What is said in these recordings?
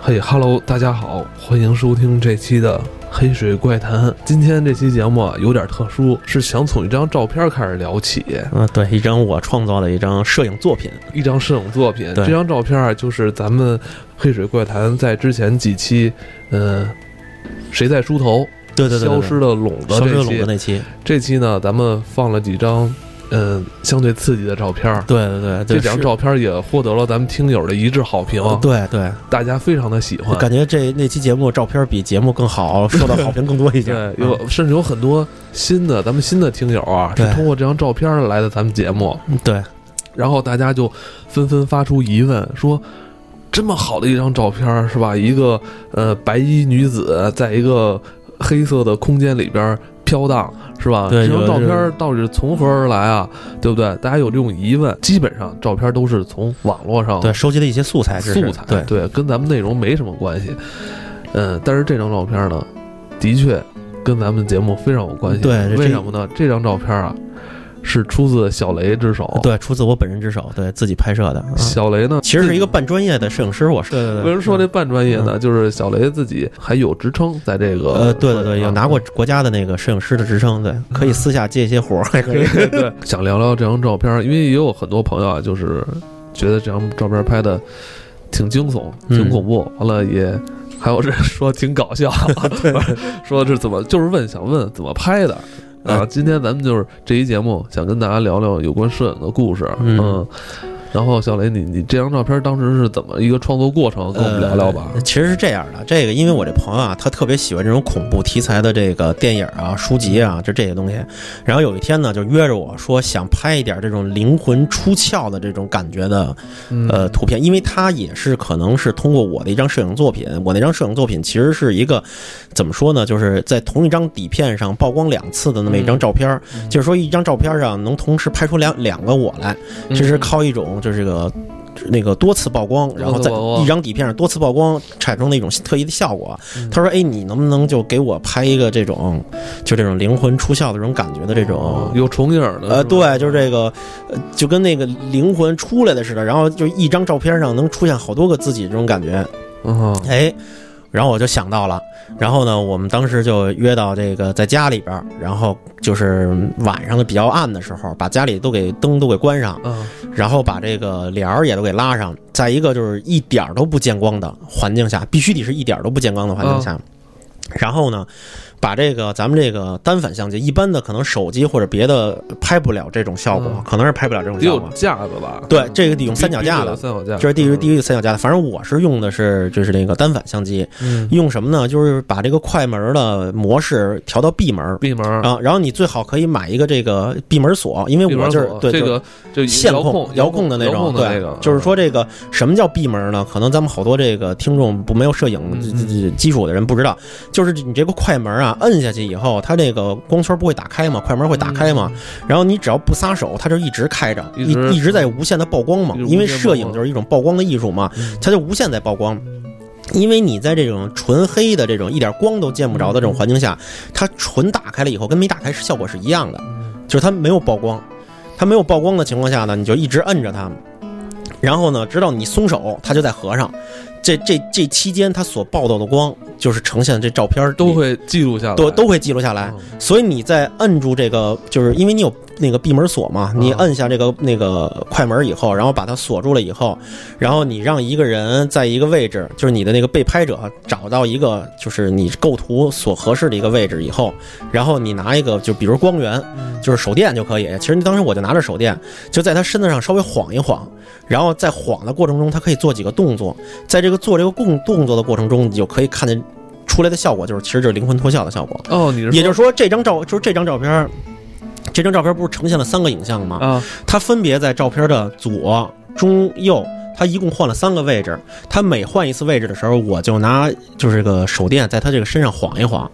嘿哈喽，大家好，欢迎收听这期的《黑水怪谈》。今天这期节目啊有点特殊，是想从一张照片开始聊起，嗯，对，一张我创造的一张摄影作品，一张摄影作品。对这张照片啊就是咱们《黑水怪谈》在之前几期，嗯、谁在梳头？对对对消失的笼子消失这的笼子期，那期，这期呢，咱们放了几张，嗯、相对刺激的照片儿。对对对，这对两张是照片也获得了咱们听友的一致好评，对对，大家非常的喜欢。感觉这那期节目照片比节目更好，受到好评更多一些。对，嗯有甚至有很多新的咱们新的听友啊，是对通过这张照片儿来的咱们节目，嗯对然后大家就纷纷发出疑问，说这么好的一张照片儿是吧？一个呃白衣女子在一个黑色的空间里边儿飘荡是吧？对这张有照这片儿到底是从何而来啊？对不对？大家有这种疑问，基本上照片儿都是从网络上对，收集的一些素材知识，素材，对跟咱们内容没什么关系。嗯，但是这张照片呢，的确跟咱们节目非常有关系。对这为什么呢？这张照片啊，是出自小雷之手。，对，出自我本人之手，对自己拍摄的。嗯小雷呢，其实是一个半专业的摄影师，我是。对对对嗯为什么说这半专业呢？就是小雷自己还有职称，在这个呃，对对对，有拿过啊国家的那个摄影师的职称，对，可以私下接一些活儿，还 可以。对， 想聊聊这张照片，因为也有很多朋友啊，就是觉得这张照片拍的挺惊悚、挺嗯恐怖，完了也还有这说挺搞 笑， 说是怎么就是问想问怎么拍的。啊，呃今天咱们就是这一节目，想跟大家聊聊有关摄影的故事。嗯然后小雷，你你这张照片当时是怎么一个创作过程？跟我们聊聊吧。呃其实是这样的，这个因为我这朋友啊，他特别喜欢这种恐怖题材的这个电影啊、书籍啊，就这些东西。然后有一天呢，就约着我说想拍一点这种灵魂出窍的这种感觉的嗯呃图片，因为他也是可能是通过我的一张摄影作品，我那张摄影作品其实是一个怎么说呢，就是在同一张底片上曝光两次的那么一嗯张照片儿，就是说一张照片上能同时拍出两两个我来，这是嗯靠一种就是这个。那个多次曝光，然后在曝光一张底片上多次曝光产生的一种特异的效果嗯。他说：“哎，你能不能就给我拍一个这种，就这种灵魂出窍的这种感觉的这种哦有重影的，呃，是吧对，就是这个，呃，就跟那个灵魂出来的似的，然后就一张照片上能出现好多个自己这种感觉，嗯哎，然后我就想到了，然后呢，我们当时就约到这个在家里边儿，然后就是晚上的比较暗的时候，把家里都给灯都给关上，嗯，然后把这个帘儿也都给拉上，在一个就是一点儿都不见光的环境下，必须得是一点儿都不见光的环境下。嗯然后呢，把这个咱们这个单反相机，一般的可能手机或者别的拍不了这种效果，嗯可能是拍不了这种得效有果。架子吧？对，这个得用三脚架必须得有的，三脚架，这是第一第一，一个三脚架的。反正我是用的是就是那个单反相机，嗯，用什么呢？就是把这个快门的模式调到闭门儿闭门儿，啊，然后你最好可以买一个这个闭门锁，因为闭我门就是锁对这就个就线遥控遥控控的那遥种，控的那嗯对个，，就是说这个什么叫闭门呢？可能咱们好多这个听众不没有摄影嗯这这基础的人不知道，就是你这个快门啊，摁下去以后，它这个光圈不会打开嘛，快门会嗯打开嘛，然后你只要不撒手，它就一直开着，一一直直在无限的曝光嘛一直，无因为限曝摄影光就是一种曝光的艺术嘛，嗯它就无限在曝光。因为你在这种纯黑的这种一点光都见不着的这种环境下，它纯打开了以后跟没打开是效果是一样的，就是它没有曝光。它没有曝光的情况下呢，你就一直摁着它，然后呢，直到你松手，它就在合上。这这这期间，它所报道的光就是呈现这照片里都会记录下来，都都会记录下来。嗯所以你在摁住这个，就是因为你有那个闭门锁嘛，你摁下这个那个快门以后，然后把它锁住了以后，然后你让一个人在一个位置，就是你的那个被拍者找到一个就是你构图所合适的一个位置以后，然后你拿一个就比如光源，就是手电就可以。其实当时我就拿着手电，就在他身子上稍微晃一晃，然后在晃的过程中，他可以做几个动作，在这个做这个动动作的过程中，你就可以看见出来的效果就是其实就是灵魂脱壳的效果。哦，你是也就是是说，这张照就是这张照片儿，这张照片儿不是呈现了三个影像吗？啊，它分别在照片儿的左、中、右，它一共换了三个位置。它每换一次位置的时候，我就拿就是这个手电在它这个身上晃一晃，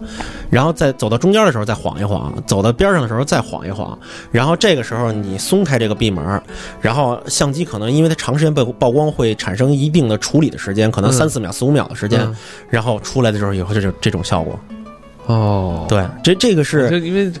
然后再走到中间的时候再晃一晃，走到边上的时候再晃一晃，然后这个时候你松开这个闭门儿，然后相机可能因为它长时间被曝光会产生一定的处理的时间，可能嗯三四秒、四五秒的时间，然后出来的时候以后就就这种效果。哦，对，这这个就是因为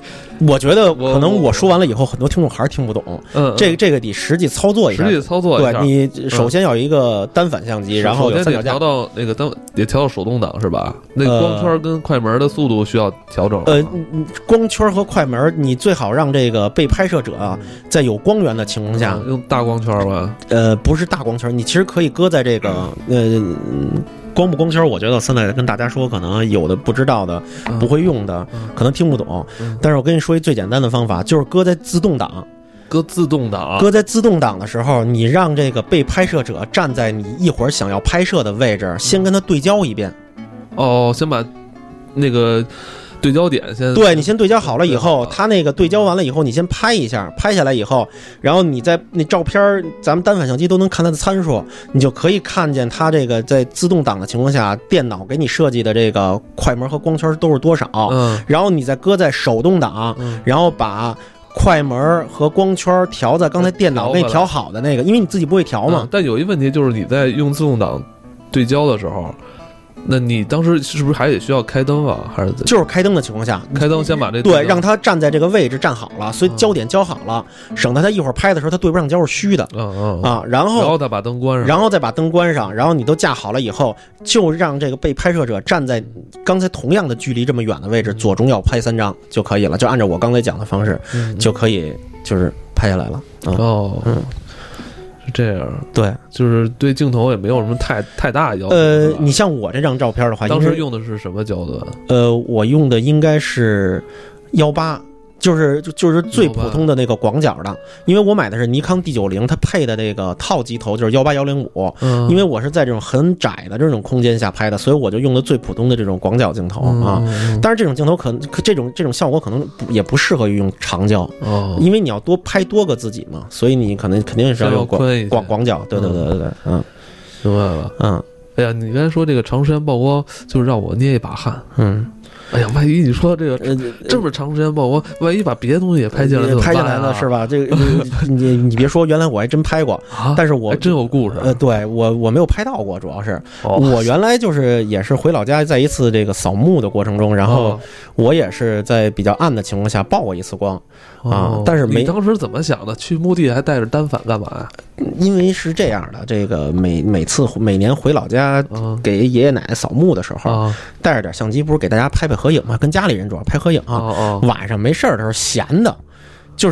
我觉得我可能我我说完了以后，很多听众还是听不懂。嗯，这这个得实际操作嗯一下实，际操作一下对，你首先要有一个单反相机，是然后有首三先脚得调架。到那个当也调到手动挡是吧？那呃光圈跟快门的速度需要调整吗。呃，嗯光圈和快门，你最好让这个被拍摄者啊，在有光源的情况下，嗯用大光圈吧，呃，不是大光圈，你其实可以搁在这个呃嗯光不光圈，我觉得现在跟大家说，可能有的不知道的、嗯不会用的嗯，可能听不懂嗯。但是我跟你说一最简单的方法，就是搁在自动挡。搁自动挡，搁在自动挡的时候，你让这个被拍摄者站在你一会儿想要拍摄的位置，先跟他对焦一遍。哦，先把那个对焦点先对你先对焦好了以嗯后，对他那个对焦完了以后，你先拍一下，拍下来以后，然后你在那照片儿，咱们单反相机都能看它的参数，你就可以看见它这个在自动挡的情况下，电脑给你设计的这个快门和光圈都是多少，嗯然后你再搁在手动挡，嗯然后把。快门和光圈调在刚才电脑给你调调好的那个，因为你自己不会调嘛嗯，但有一问题就是你在用自动挡对焦的时候，那你当时是不是还得需要开灯啊？还是怎？就是开灯的情况下，开灯先把这对，灯让他站在这个位置站好了，所以嗯焦点焦好了，省得他一会儿拍的时候他对不上焦是虚的嗯嗯嗯啊。然然后，后再把灯关上，然后再把灯关上，然后你都架好了以后，就让这个被拍摄者站在刚才同样的距离这么远的位置，左中右拍三张就可以了，就按照我刚才讲的方式嗯就可以，就是拍下来了。啊。哦，嗯是这样，对，就是对镜头也没有什么太太大的要求。呃是，吧你像我这张照片的话，当应时该用的是什么焦段？呃，我用的应该是幺八，就是就就是最普通的那个广角的，因为我买的是尼康 D 九零，它配的那个套机头就是幺八幺零五。嗯，因为我是在这种很窄的这种空间下拍的，所以我就用的最普通的这种广角镜头啊。嗯，但是这种镜头可能可这种这种效果可能不也不适合于用长焦，嗯哦，因为你要多拍多个自己嘛，所以你可能肯定是要要用广宽一些广广角。对对对对对，嗯明白了。嗯哎呀，你刚才说这个长时间曝光，就是让我捏一把汗。嗯，哎呀，万一你说这个呃这么长时间曝光，万一把别的东西也拍进来，怎么拍进来办了啊是吧？这个 你你你别说，原来我还真拍过，啊，但是我还真有故事。呃，对我我没有拍到过，主要是哦我原来就是也是回老家，在一次这个扫墓的过程中，然哦后我也是在比较暗的情况下曝过一次光，哦啊但是没你当时怎么想的？去墓地还带着单反干嘛呀？因为是这样的，这个每每次每年回老家。啊给爷爷奶奶扫墓的时候，啊带着点相机，不是给大家拍拍合影吗？跟家里人主要拍合影啊。哦哦，晚上没事儿的时候，闲的，就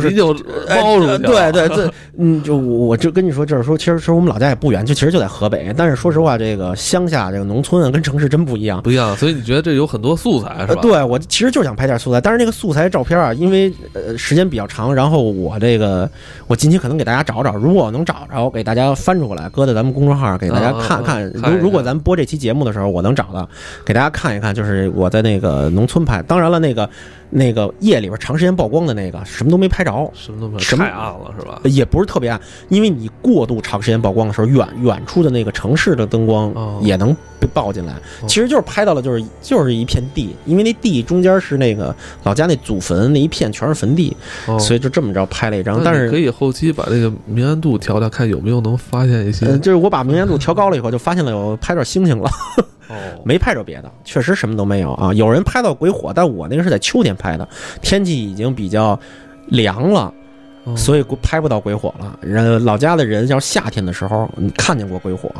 就是是你就哎包出去了。对对，这嗯，就我我就跟你说，就是说，其实其实我们老家也不远，就其实就在河北。但是说实话，这个乡下这个农村啊，跟城市真不一样。不一样。所以你觉得这有很多素材是呃，吧？对我其实就想拍点素材，但是那个素材照片啊，因为呃时间比较长，然后我这个我近期可能给大家找找，如果我能找着，我给大家翻出来，搁在咱们公众号上给大家啊啊看啊看。看一如如果看咱们播这期节目的时候，我能找到，给大家看一看，就是我在那个农村拍。当然了，那个那个夜里边长时间曝光的那个，什么都没拍着。什么都没有，什么太暗了是吧？呃也不是特别暗，因为你过度长时间曝光的时候，远远处的那个城市的灯光哦也能被曝进来。其实就是拍到了，就是就是一片地，因为那地中间是那个老家那祖坟那一片全是坟地，哦所以就这么着拍了一张。那但你可是，以后期把这个明暗度调调，看有没有能发现一些呃，就是我把明暗度调高了以后，就发现了有拍着星星了， 哦没拍着别的，确实什么都没有啊。有人拍到鬼火，但我那个是在秋天拍的，天气已经比较凉了。哦所以鬼拍不到鬼火了。然后老家的人要夏天的时候，你看见过鬼火，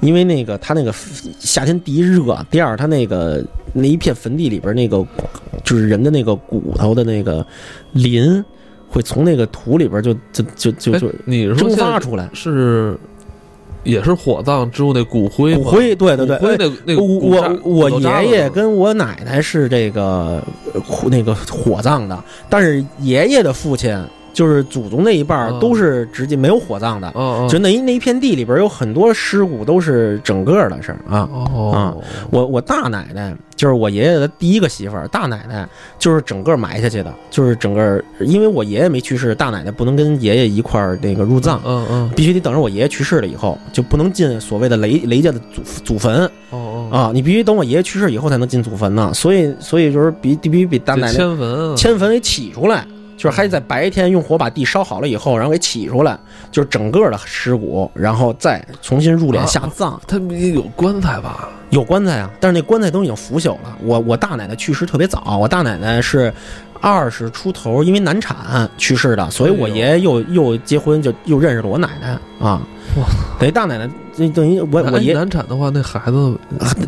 因为那个他那个夏天第一热，第二他那个那一片坟地里边那个就是人的那个骨头的那个鳞，会从那个土里边就就就就哎就你是说蒸现在发出来。是也是火葬之后那骨灰吗骨灰，对骨对对，灰哎那那个我骨渣我我骨头渣爷子爷吗跟我奶奶是这个呃火那个火葬的，但是爷爷的父亲就是祖宗那一辈儿哦都是直接没有火葬的，哦就那一那一片地里边有很多尸骨都是整个的事儿啊。哦我我大奶奶就是我爷爷的第一个媳妇儿，大奶奶就是整个埋下去的，就是整个，因为我爷爷没去世，大奶奶不能跟爷爷一块儿那个入葬，嗯嗯必须得等着我爷爷去世了以后，就不能进所谓的雷雷家的祖祖坟哦哦啊，你必须等我爷爷去世以后才能进祖坟呢，所以所以就是比必须比大这奶奶迁坟啊迁坟给起出来，就是还得在白天用火把地烧好了以后，然后给起出来，就是整个的尸骨，然后再重新入啊殓下葬。他们也有棺材吧？有棺材啊，但是那棺材都已经腐朽了。我我大奶奶去世特别早，我大奶奶是二十出头，因为难产去世的，所以我哎呦爷爷又又结婚就又认识了我奶奶啊。哇，等于大奶奶等于等于我我难哎爷难产的话，那孩子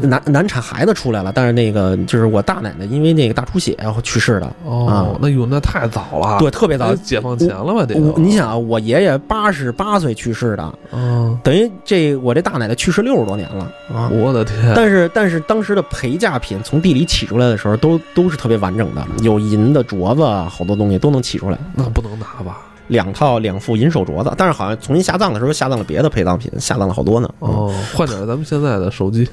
难难产孩子出来了，但是那个就是我大奶奶因为那个大出血然后去世的，哦啊，那哟，那太早了，对，特别那早。解放前了吧？得我你想啊，我爷爷八十八岁去世的，嗯，等于这我这大奶奶去世六十多年了啊。我的天，但是但是当时的陪嫁品从地里起出来的时候都都是特别完整的，有银的镯子，啊好多东西都能起出来，那不能拿吧？两套两副银手镯子。但是好像重新下葬的时候下葬了别的陪葬品，下葬了好多呢。嗯，哦，换点咱们现在的手 机，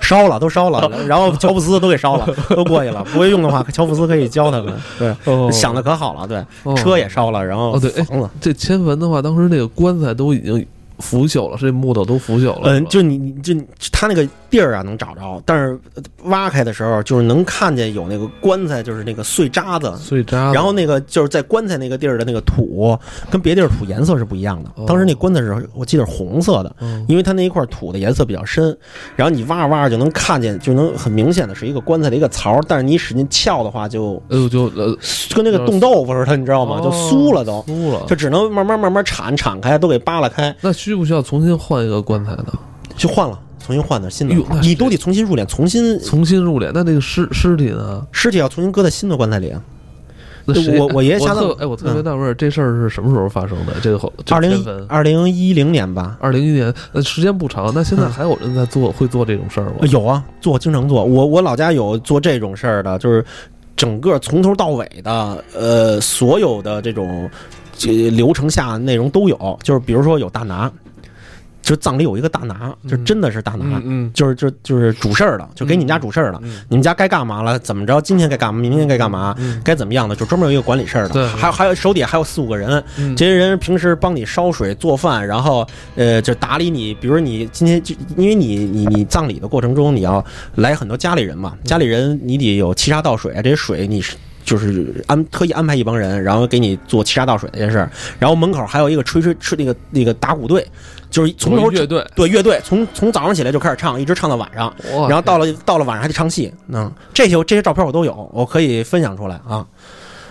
烧了都烧了，然后乔布斯都给烧了，都过去了。不会用的话，乔布斯可以教他们。对，哦想的可好了，对，哦车也烧了，然后哦对哎房子。这迁坟的话，当时那个棺材都已经腐朽了，这木头都腐朽了。嗯，是吧就你你就你他那个地儿啊能找着，但是挖开的时候就是能看见有那个棺材，就是那个碎渣子，碎渣子，然后那个就是在棺材那个地儿的那个土，跟别地儿土颜色是不一样的哦。当时那棺材是我记得是红色的，嗯因为它那一块土的颜色比较深，然后你挖着挖着就能看见，就能很明显的是一个棺材的一个槽，但是你使劲撬的话就，哎呦就哦呃跟那个冻豆腐似的，你知道吗？就酥了都，酥了就。只能慢慢慢慢铲铲开，都给扒拉开，那需不需要重新换一个棺材呢？就换了，重新换的新的哎呦那，是你都得重新入殓，重新重新入殓？那那个尸尸体呢？尸体要重新搁在新的棺材里啊。那对谁我我爷爷我下葬特哎，我特别纳闷儿，这事儿是什么时候发生的？这个二零一二零一零年吧，二零一年，呃，时间不长。那现在嗯还有人在做会做这种事儿吗呃？有啊，做经常做。我我老家有做这种事儿的，就是整个从头到尾的，呃，所有的这种这流程下内容都有。就是比如说有大拿，就是葬礼有一个大拿，就真的是大拿，嗯就是就就是主事儿的，就给你们家主事儿的，啊嗯你们家该干嘛了，怎么着，今天该干嘛，明天该干嘛。嗯该怎么样的，就专门有一个管理事儿对的，还有还有手底下还有四五个人，嗯，这些人平时帮你烧水做饭，然后呃，就打理你，比如你今天就因为你你你葬礼的过程中，你要来很多家里人嘛，嗯家里人你得有沏茶倒水，啊这些水你是。就是安特意安排一帮人，然后给你做沏茶倒水这件事儿，然后门口还有一个吹吹吹那个那个打鼓队，就是从有头一哦乐队，对乐队从从早上起来就开始唱，一直唱到晚上，哇然后到了到了晚上还得唱戏，嗯，这些这些照片我都有，我可以分享出来啊。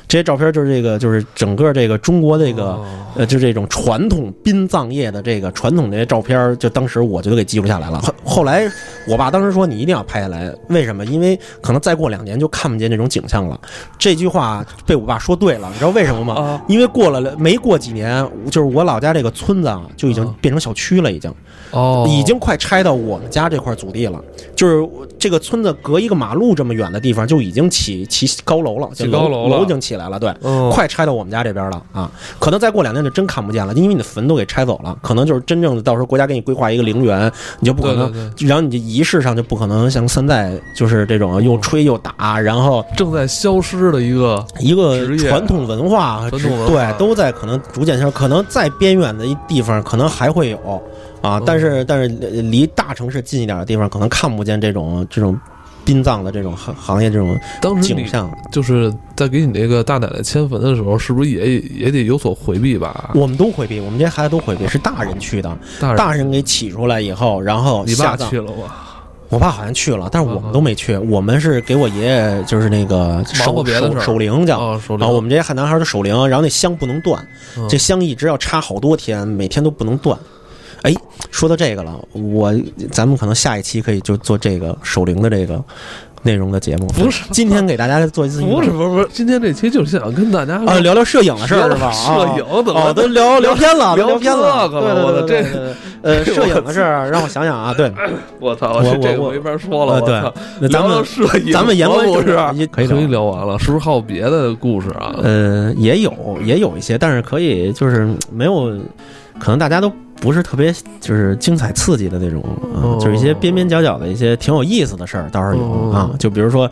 这些照片就是这个就是整个这个中国这个、哦呃就这种传统殡葬业的这个传统这些照片，就当时我就都给记录下来了。后后来我爸当时说你一定要拍下来，为什么？因为可能再过两年就看不见这种景象了。这句话被我爸说对了，你知道为什么吗？啊因为过了没过几年，就是我老家这个村子啊，就已经啊变成小区了，已经。哦，已经快拆到我们家这块祖地了，就是这个村子隔一个马路这么远的地方就已经起起高楼了，起就高楼了楼已经起来了，对，嗯快拆到我们家这边了啊！可能再过两年就真看不见了，因为你的坟都给拆走了，可能就是真正的到时候国家给你规划一个陵园，你就不可能，对对然后你的仪式上就不可能像现在就是这种又吹又打，然后正在消失的一个一个职业啊传统文化，啊传统文化啊对，都在可能逐渐消，可能在边远的一地方可能还会有啊嗯，但是但是呃离大城市近一点的地方，可能看不见这种这种殡葬的这种行行业这种当时景你啊象。就是在给你那个大奶奶迁坟的时候，是不是也也得有所回避吧？我们都回避，我们这些孩子都回避，是大人去的，大人，大人给起出来以后，然后你下爸葬。去了吗？我爸好像去了，但是我嗯们都没去，我们是给我爷爷就是那个忙活守别的事守儿守灵去。啊，手里然后我们这些汉男孩儿就守灵，然后那香不能断，嗯这香一直要插好多天，每天都不能断。哎，说到这个了，我咱们可能下一期可以就做这个守灵的这个内容的节目。不是今天给大家做一次不是不是不是，今天这期就是想跟大家啊，聊聊摄影的事儿聊是吧？ 摄啊影怎么哦，都 聊聊偏了，都聊聊偏了。这个了我的对这对对对 呃，摄影的事儿让我想想啊，对，我操，我这这个我没法说了，呃我操，那咱聊们聊摄影，咱们言归不是正传可以可以聊。嗯聊完了，是不是还有别的故事啊？呃，也有也有一些，但是可以就是没有，可能大家都不是特别就是精彩刺激的那种，啊，哦就是一些边边角角的一些挺有意思的事儿倒是有、哦啊，就比如说，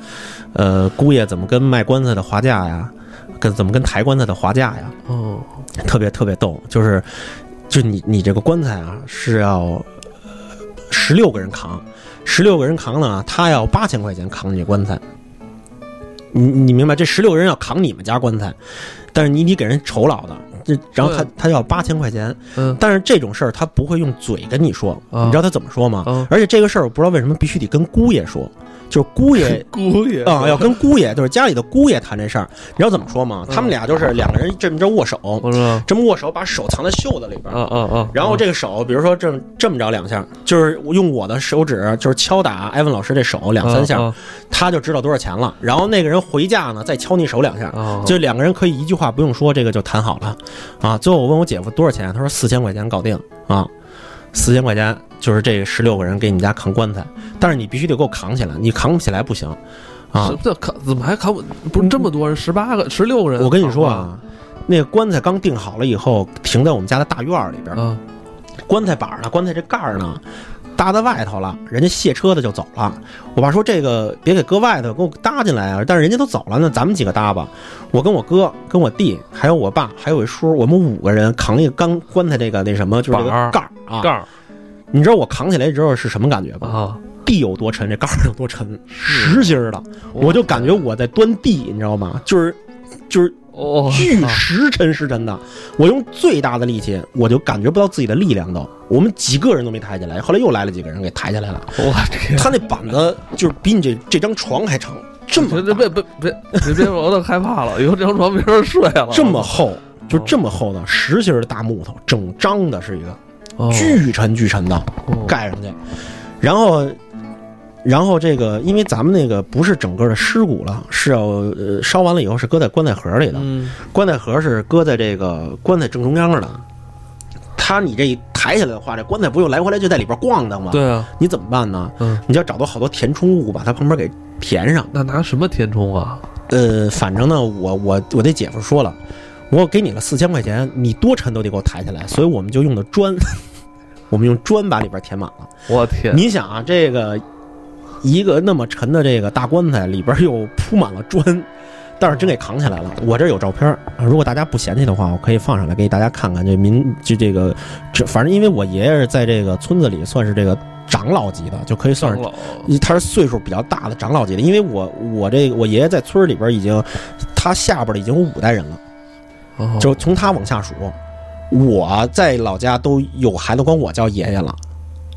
呃，姑爷怎么跟卖棺材的划价呀，跟怎么跟抬棺材的划价呀，哦，特别特别逗，就是就你你这个棺材啊是要呃十六个人扛，十六个人扛呢，他要八千块钱扛你这棺材。你你明白，这十六人要扛你们家棺材，但是你你给人酬劳的，这然后他对他要八千块钱，嗯但是这种事儿他不会用嘴跟你说，啊你知道他怎么说吗？啊，而且这个事儿我不知道为什么必须得跟姑爷说，就是 姑爷姑爷啊、要跟姑爷，就是家里的姑爷谈这事儿，你知道怎么说吗？嗯他们俩就是两个人这么着握手，我知道，这么握手，把手藏在袖子里边啊。啊啊，然后这个手，比如说这么这么着两下，就是我用我的手指，就是敲打艾文老师这手两三下，啊他就知道多少钱了。然后那个人回家呢，再敲你手两下，啊，就两个人可以一句话不用说，这个就谈好了啊。最后我问我姐夫多少钱，他说四千块钱搞定啊，四千块钱就是这十六个人给你们家扛棺材，但是你必须得给我扛起来，你扛不起来不行啊是。这扛怎么还扛不？不是这么多人，十八个、十六人。我跟你说啊，那个棺材刚定好了以后，停在我们家的大院儿里边好儿吧，，啊，棺材板儿呢，棺材这盖儿呢，搭在外头了，人家卸车的就走了。我爸说这个别给搁外头，给我搭进来啊！但是人家都走了，那咱们几个搭吧。我跟我哥、跟我弟，还有我爸，还有我叔，我们五个人扛了一个钢棺材这个那什么，就是这个板儿盖儿啊。盖儿你知道我扛起来之后是什么感觉吗？啊，地有多沉，这盖儿有多沉，实心儿的，我就感觉我在端地，你知道吗？就是。就是哦，巨啊实沉实沉的，我用最大的力气，我就感觉不到自己的力量都。我们几个人都没抬起来，后来又来了几个人给抬起来了。我这他那板子就是比你这这张床还长，这 么这大别别别别别，我都害怕了，以后这张床没人睡了。这么厚，就这么厚的实心儿的大木头，整张的是一个哦巨沉巨沉的哦盖上去，然后。然后这个，因为咱们那个不是整个的尸骨了，是要呃烧完了以后是搁在棺材盒里的，嗯棺材盒是搁在这个棺材正中央的。它你这一抬起来的话，这棺材不就来回来就在里边逛荡吗？，对啊，你怎么办呢？嗯，你就要找到好多填充物，把它旁边给填上。那拿什么填充啊？呃，反正呢，我我我那姐夫说了，我给你了四千块钱，你多沉都得给我抬起来，所以我们就用的砖， 我们用砖把里边填满了。我天，你想啊，这个一个那么沉的这个大棺材里边又铺满了砖，但是真给扛起来了。我这儿有照片儿，啊如果大家不嫌弃的话，我可以放上来给大家看看。这民就这个，这反正因为我爷爷是在这个村子里算是这个长老级的，就可以算是老他是岁数比较大的长老级的，因为我我这个我爷爷在村儿里边已经，他下边儿已经有五代人了，哦就是从他往下数。我在老家都有孩子管我叫爷爷了，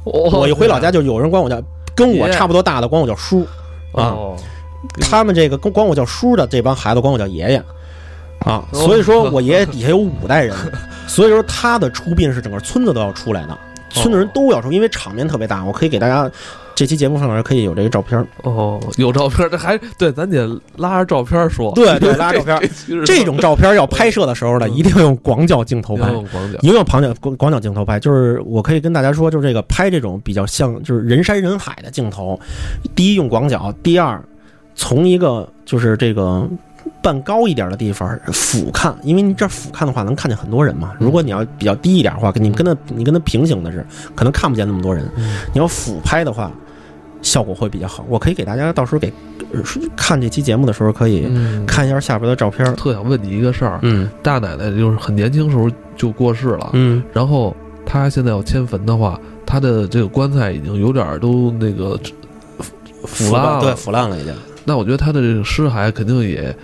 哦我一回老家就有人管我叫，跟我爷差不多大的管我叫叔，啊哦他们这个管我叫叔的这帮孩子管我叫爷爷，啊，哦所以说我 爷爷底下有五代人，所以说他的出殡是整个村子都要出来的， 村子人都要出，因为场面特别大，我可以给大家。这期节目上面可以有这个照片儿，哦，有照片，这还对，咱得拉着照片说。 对对，拉照片儿。这 这种照片儿要拍摄的时候呢，嗯一定要用广角镜头头拍发，用广角一定要广角广广角镜头拍。就是我可以跟大家说，就是这个拍这种比较像就是人山人海的镜头，第一用广角，第二从一个就是这个半高一点的地方俯瞰，因为你这俯瞰的话能看见很多人嘛。如果你要比较低一点的话，跟你跟他你跟他平行的是，可能看不见那么多人。嗯你要俯拍的话，效果会比较好。我可以给大家到时候给呃看这期节目的时候可以嗯，看一下下边的照片儿。特想问你一个事儿，嗯大奶奶就是很年轻时候就过世了，嗯，然后她现在要迁坟的话，她的这个棺材已经有点儿都那个腐腐烂了对，腐烂了已经。那我觉得他的这个尸骸肯定也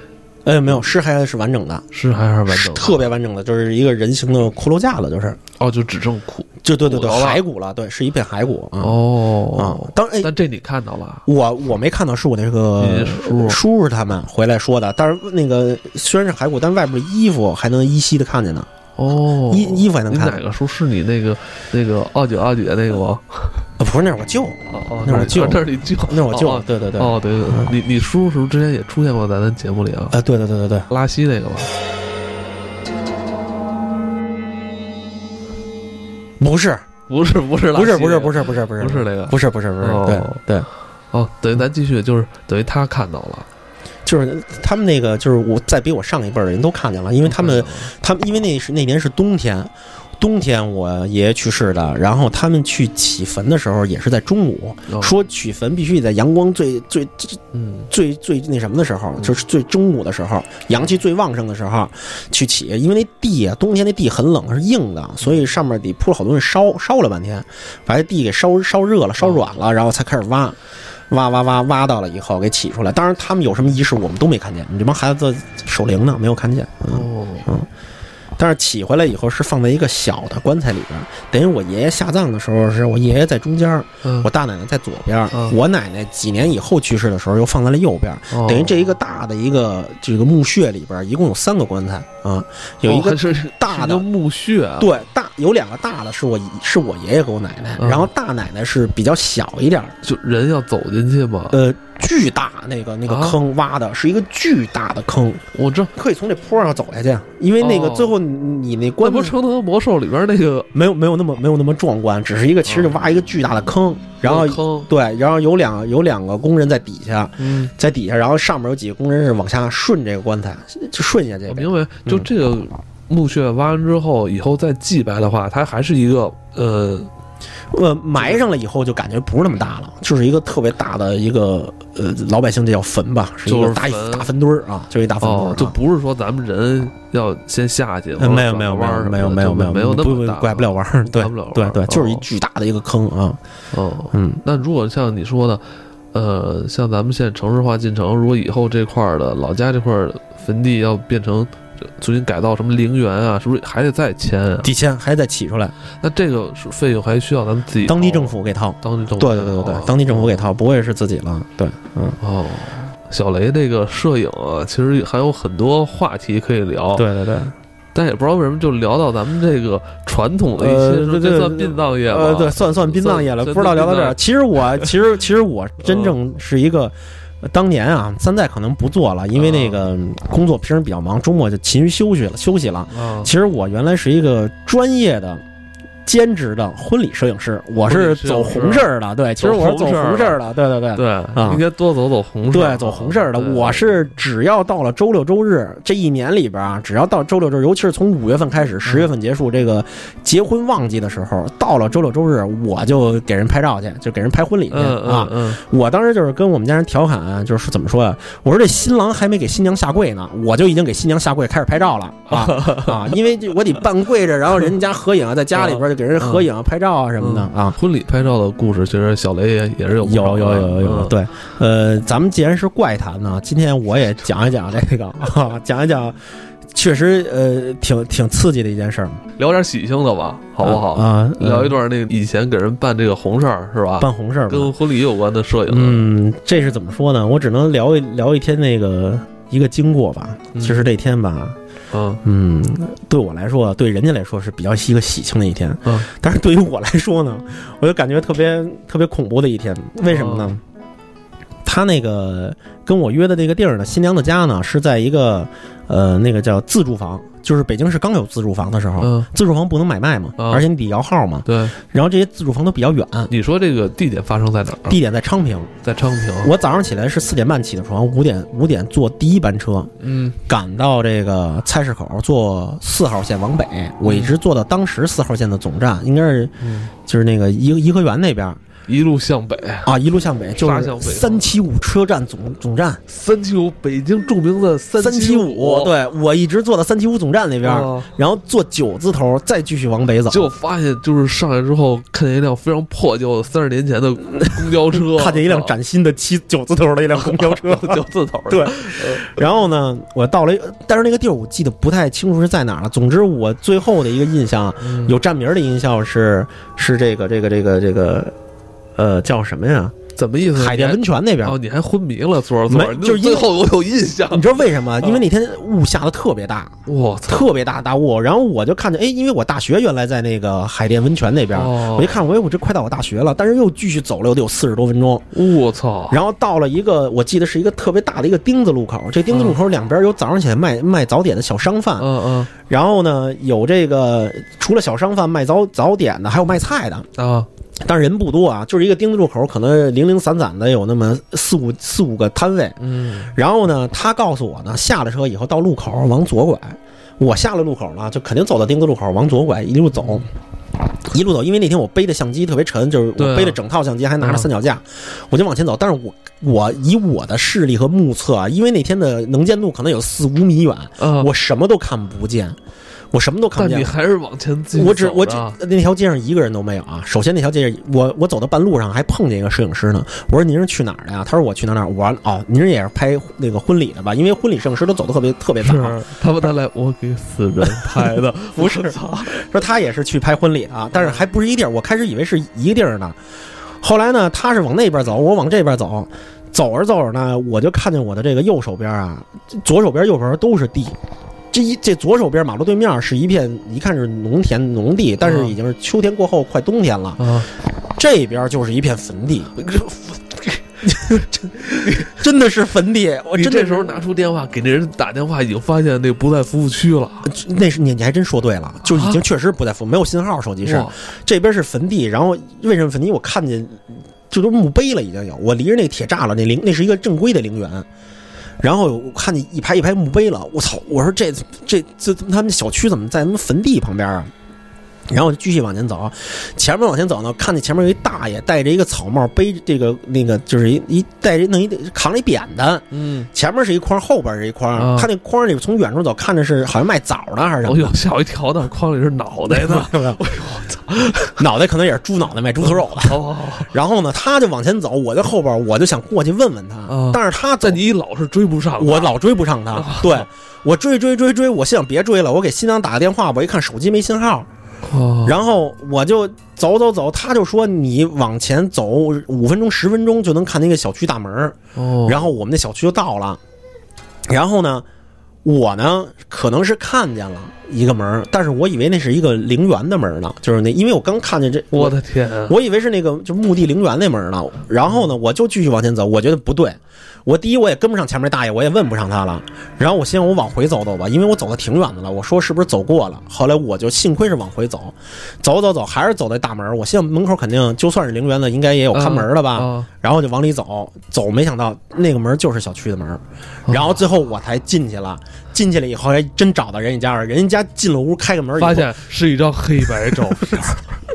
哎，没有，尸骸是完整的，尸骸还是完是整的，特别完整的，就是一个人形的骷髅架了，就是，哦，就只剩骨就对对对，骨头了骸骨了，对，是一片骸骨啊、哦啊。当然，哎，但这你看到了，啊我我没看到，是我那你个叔叔叔他们回来说的。但是那个虽然是骸骨，但外边的衣服还能依稀的看见呢，哦，衣衣服还能你看哪见。个叔是你那个那个二姐二姐那个吗？啊不是，那是我舅，哦哦，那是我是舅那是你舅，那是我舅哦。对对对，啊，哦，对对对，你你叔是不是之前也出现过咱的节目里啊？对对对对对。拉稀那个吧？不是，不是不是拉不是，稀不是，不是是，不是，不是，不是那个不是，不是，不是，对哦对，哦，等于咱继续就是等于他看到了，就是他们那个，就是我再比我上一辈儿的人都看见了，因为他们他们因为那是那年是冬天，冬天我爷爷去世的，然后他们去起坟的时候也是在中午，哦说取坟必须得在阳光最最嗯最最那什么的时候，嗯就是最中午的时候，阳气最旺盛的时候去起，因为那地啊，冬天那地很冷，是硬嗯的，所以上面得哦铺了好多人烧，烧了半天，把这地给烧烧热了、烧软了，然后才开始挖。挖挖挖挖到了以后给起出来。当然，他们有什么仪式我们都没看见，你这帮孩子守灵呢，没有看见。嗯，哦，但是起回来以后是放在一个小的棺材里边儿，等于我爷爷下葬的时候是我爷爷在中间儿，嗯我大奶奶在左边儿，嗯我奶奶几年以后去世的时候又放在了右边儿，哦等于这一个大的一个这个墓穴里边儿一共有三个棺材啊，有一哦还个是是大一个的。墓穴啊，对，大有两个大的是我是我爷爷给我奶奶，嗯然后大奶奶是比较小一点儿，就人要走进去嘛。呃，巨大那个那个啊坑挖的是一个巨大的坑，我这可以从这坡上走下去，啊因为那个哦最后你你那那棺不材是《城头魔兽》里边那个没有没有那么没有那么壮观，只是一个其实就挖一个巨大的坑，然后那嗯坑，对，然后有两有两个工人在底下，嗯，在底下，然后上面有几个工人是往下顺这个棺材，就顺下去我。明白，就这个墓穴挖完之后，以后再祭拜的话，它还是一个呃，呃，埋上了以后就感觉不是那么大了，就是一个特别大的一个呃，老百姓这叫坟吧，是一就个是大一坟大坟堆儿啊，就是一大坟堆儿哦啊。，就不是说咱们人要先下去，呃，或者没有没有转个没弯有儿没有什么没有的就没有那没有不么不大，拐不了弯儿，对拐不了弯儿对对，就是一哦巨大的一个坑啊，哦。嗯，那如果像你说的，呃，像咱们现在城市化进程，如果以后这块儿的老家这块儿坟地要变成重新改造什么陵园啊，是不是还得再迁啊？底签还得起出来，那这个是费用还需要咱们自己当地掏政，府给掏。当地政府啊对对对对对，当地政府给掏，不会是自己了。对，嗯，哦。小雷这个摄影啊，其实还有很多话题可以聊，对对对。但也不知道为什么就聊到咱们这个传统的一呃些，对对这对算殡葬业呃，吗？对，算算殡葬业了，算不知道聊到这儿。算其实我，其实，其实我真正是一个。呃当年啊，三代可能不做了，因为那个嗯工作平时比较忙，周末就勤于休息了，休息了。啊，其实我原来是一个专业的、兼职的婚礼摄影师，我是走红事儿的。对，其实我是走走红事儿红事儿的。对对对。对，啊应该多走走红事儿啊，对，走红事儿的，对我是只要到了周六周日这一年里边啊，只要到周六周日，尤其是从五月份开始，十月份结束这个结婚旺季的时候，到了周六周日，我就给人拍照去，就给人拍婚礼去嗯嗯啊。嗯，我当时就是跟我们家人调侃啊，就是怎么说呀、我说这新郎还没给新娘下跪呢，我就已经给新娘下跪开始拍照了 啊啊！因为这我得半跪着，然后人家合影啊，在家里边就给人合嗯影啊、拍照啊什么的啊。婚礼拍照的故事，其实小雷也也是有不少有的有有有有，嗯对，呃，咱们既然是怪谈呢，今天我也讲一讲这个， 啊、讲一讲，确实呃，挺挺刺激的一件事儿，聊点喜庆的吧，好不好？啊？呃聊一段那个以前给人办这个红事儿是吧？办红事儿吧，跟婚礼有关的摄影，嗯，这是怎么说呢？我只能聊一聊一天那个一个经过吧。嗯其实这天吧，嗯嗯，对我来说，对人家来说是比较一个喜庆的一天，嗯但是对于我来说呢，我就感觉特别特别恐怖的一天。为什么哦呢？他那个跟我约的那个地儿呢，新娘的家呢是在一个呃那个叫自住房，就是北京市刚有自住房的时候，嗯，自住房不能买卖嘛，嗯而且你得摇号嘛。对，然后这些自住房都比较远，你说这个地点发生在哪儿？地点在昌平。在昌平，我早上起来是四点半起的床，五点五点坐第一班车，嗯赶到这个菜市口，坐四号线往北，我一直坐到当时四号线的总站，应该是嗯，就是那个颐颐和园那边一路向北，啊，一路向北就杀向是北三七五车站总总站，三七五，北京著名的三三七五，，对我一直坐到三七五总站那边，啊然后坐九字头再继续往北走，就发现就是上来之后看见一辆非常破旧三十年前的公交车 ，看见一辆崭新的七九字头的一 辆公交车，九字头的，对然后呢，我到了一，但是那个地儿我记得不太清楚是在哪儿了。总之，我最后的一个印象啊嗯有站名儿的印象是是这个这个这个这个，呃，叫什么呀？怎么意思？海淀温泉那边。哦，你还昏迷了，昨儿昨儿，没你就是因为最嗯后我有印象。你知道为什么？因为那天雾下的特别大，我操！特别大大雾。然后我就看见，哎，因为我大学原来在那个海淀温泉那边，哦我一看，我哎，我这快到我大学了，但是又继续走了，有得有四十多分哦钟。我操！然后到了一个，我记得是一个特别大的一个丁字路口，这丁字路口两边有早上起来卖卖早点的小商贩，嗯然后呢，有这个除了小商贩卖早早点的，还有卖菜的，嗯啊，但是人不多啊，就是一个丁字路口，可能零零散散的有那么四五四五个摊位。嗯然后呢，他告诉我呢，下了车以后到路口往左拐，我下了路口呢，就肯定走到丁字路口往左拐，一路走。一路走，因为那天我背的相机特别沉，就是对啊嗯我背了整套相机，还拿着三脚架，我就往前走。但是我我以我的视力和目测啊，因为那天的能见度可能有四五米远，啊，我什么都看不见。我什么都看但不见你。还是往前进走我的。只我只那条街上一个人都没有啊！首先那条街上，我我走到半路上还碰见一个摄影师呢。我说您是去哪儿的呀？他说我去哪儿哪儿。我说哦，您也是拍那个婚礼的吧？因为婚礼摄影师都走的特别特别早。是他们他来，我给死 人拍的，不是我操 说他也是去拍婚礼啊，但是还不是一地儿。我开始以为是一个地儿呢，后来呢，他是往那边走，我往这边走，走着走着呢，我就看见我的这个右手边啊，左手边、右手边都是地。这一这左手边马路对面是一片，一看是农田农地，但是已经是秋天过后快冬天了，啊！这边就是一片坟地，真的是坟地。我你哦真的这是时候拿出电话给那人打电话，已经发现那不在服务区了。那是你你还真说对了，就已经确实不在服，没有信号，手机是。哇这边是坟地，然后为什么坟地？我看见这都墓碑了，已经有。我离着那铁栅栏，那陵那是一个正规的陵园，然后我看见一排一排墓碑了，我操！我说这这这他们小区怎么在他们坟地旁边啊？然后我就继续往前走，啊前面往前走呢，看见前面有一大爷戴着一个草帽，背着这个那个就是一一带着弄一扛着一扁担，嗯，前面是一筐，后边是一筐。啊哎他那筐里从远处走，看着是好像卖枣的还是什我么的。又吓我一跳，那筐里是脑袋呢。没有， 没有，我操！脑袋可能也是猪脑袋卖猪头肉的。哦，然后呢，他就往前走，我在后边，我就想过去问问他，嗯但是他在但你老是追不上，啊我老追不上他，对我追追追追，我心想别追了，我给新疆打个电话，我一看手机没信号，哦然后我就走走走，他就说你往前走五分钟十分钟就能看见一个小区大门儿，哦，然后我们那小区就到了，然后呢，我呢可能是看见了一个门儿，但是我以为那是一个陵园的门儿呢，就是那因为我刚看见这我的天啊，我以为是那个就墓地陵园那门呢，然后呢，我就继续往前走，我觉得不对，我第一我也跟不上前面大爷，我也问不上他了，然后我心想我往回走走吧，因为我走的挺远的了，我说是不是走过了？后来我就幸亏是往回走，走走走还是走那大门，我心想门口肯定就算是陵园了，应该也有看门的吧，嗯啊然后就往里走，走没想到那个门就是小区的门，哦然后最后我才进去了，进去了以后还真找到人家家了，人家进了屋开个门以后发现是一张黑白 照片，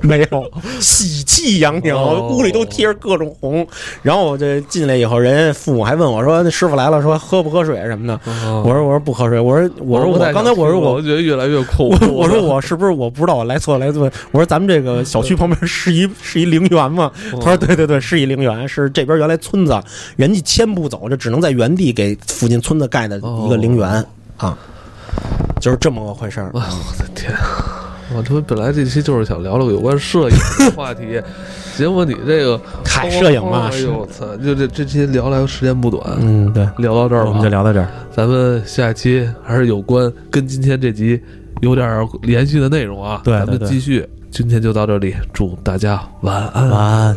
没有，喜气洋洋，哦屋里都贴着各种红。然后我这进来以后，人家父母还问我说：“那师傅来了，说喝不喝水啊什么的。”我我说：“我说不喝水。”我说：“我说嗯哦不太我想刚才我说听了我啊我觉得越来越恐我怖。我说我是不是我不知道我来错了来错了？我说咱们这个小区旁边是一是一陵园吗？嗯他说对对对，是一陵园，是这边原来村子，人家迁不走，就只能在原地给附近村子盖的一个陵园哦啊，就是这么个回事儿。哎我的天啊！我这本来这期就是想聊聊有关摄影的话题，结果你这 个嗨，摄影嘛，哎是呦我操！就这这期聊来时间不短，嗯，对，聊到这儿我们就吧。聊到这儿。咱们下期还是有关跟今天这集有点联系的内容啊，对咱们对对继续。今天就到这里，祝大家晚安。晚安。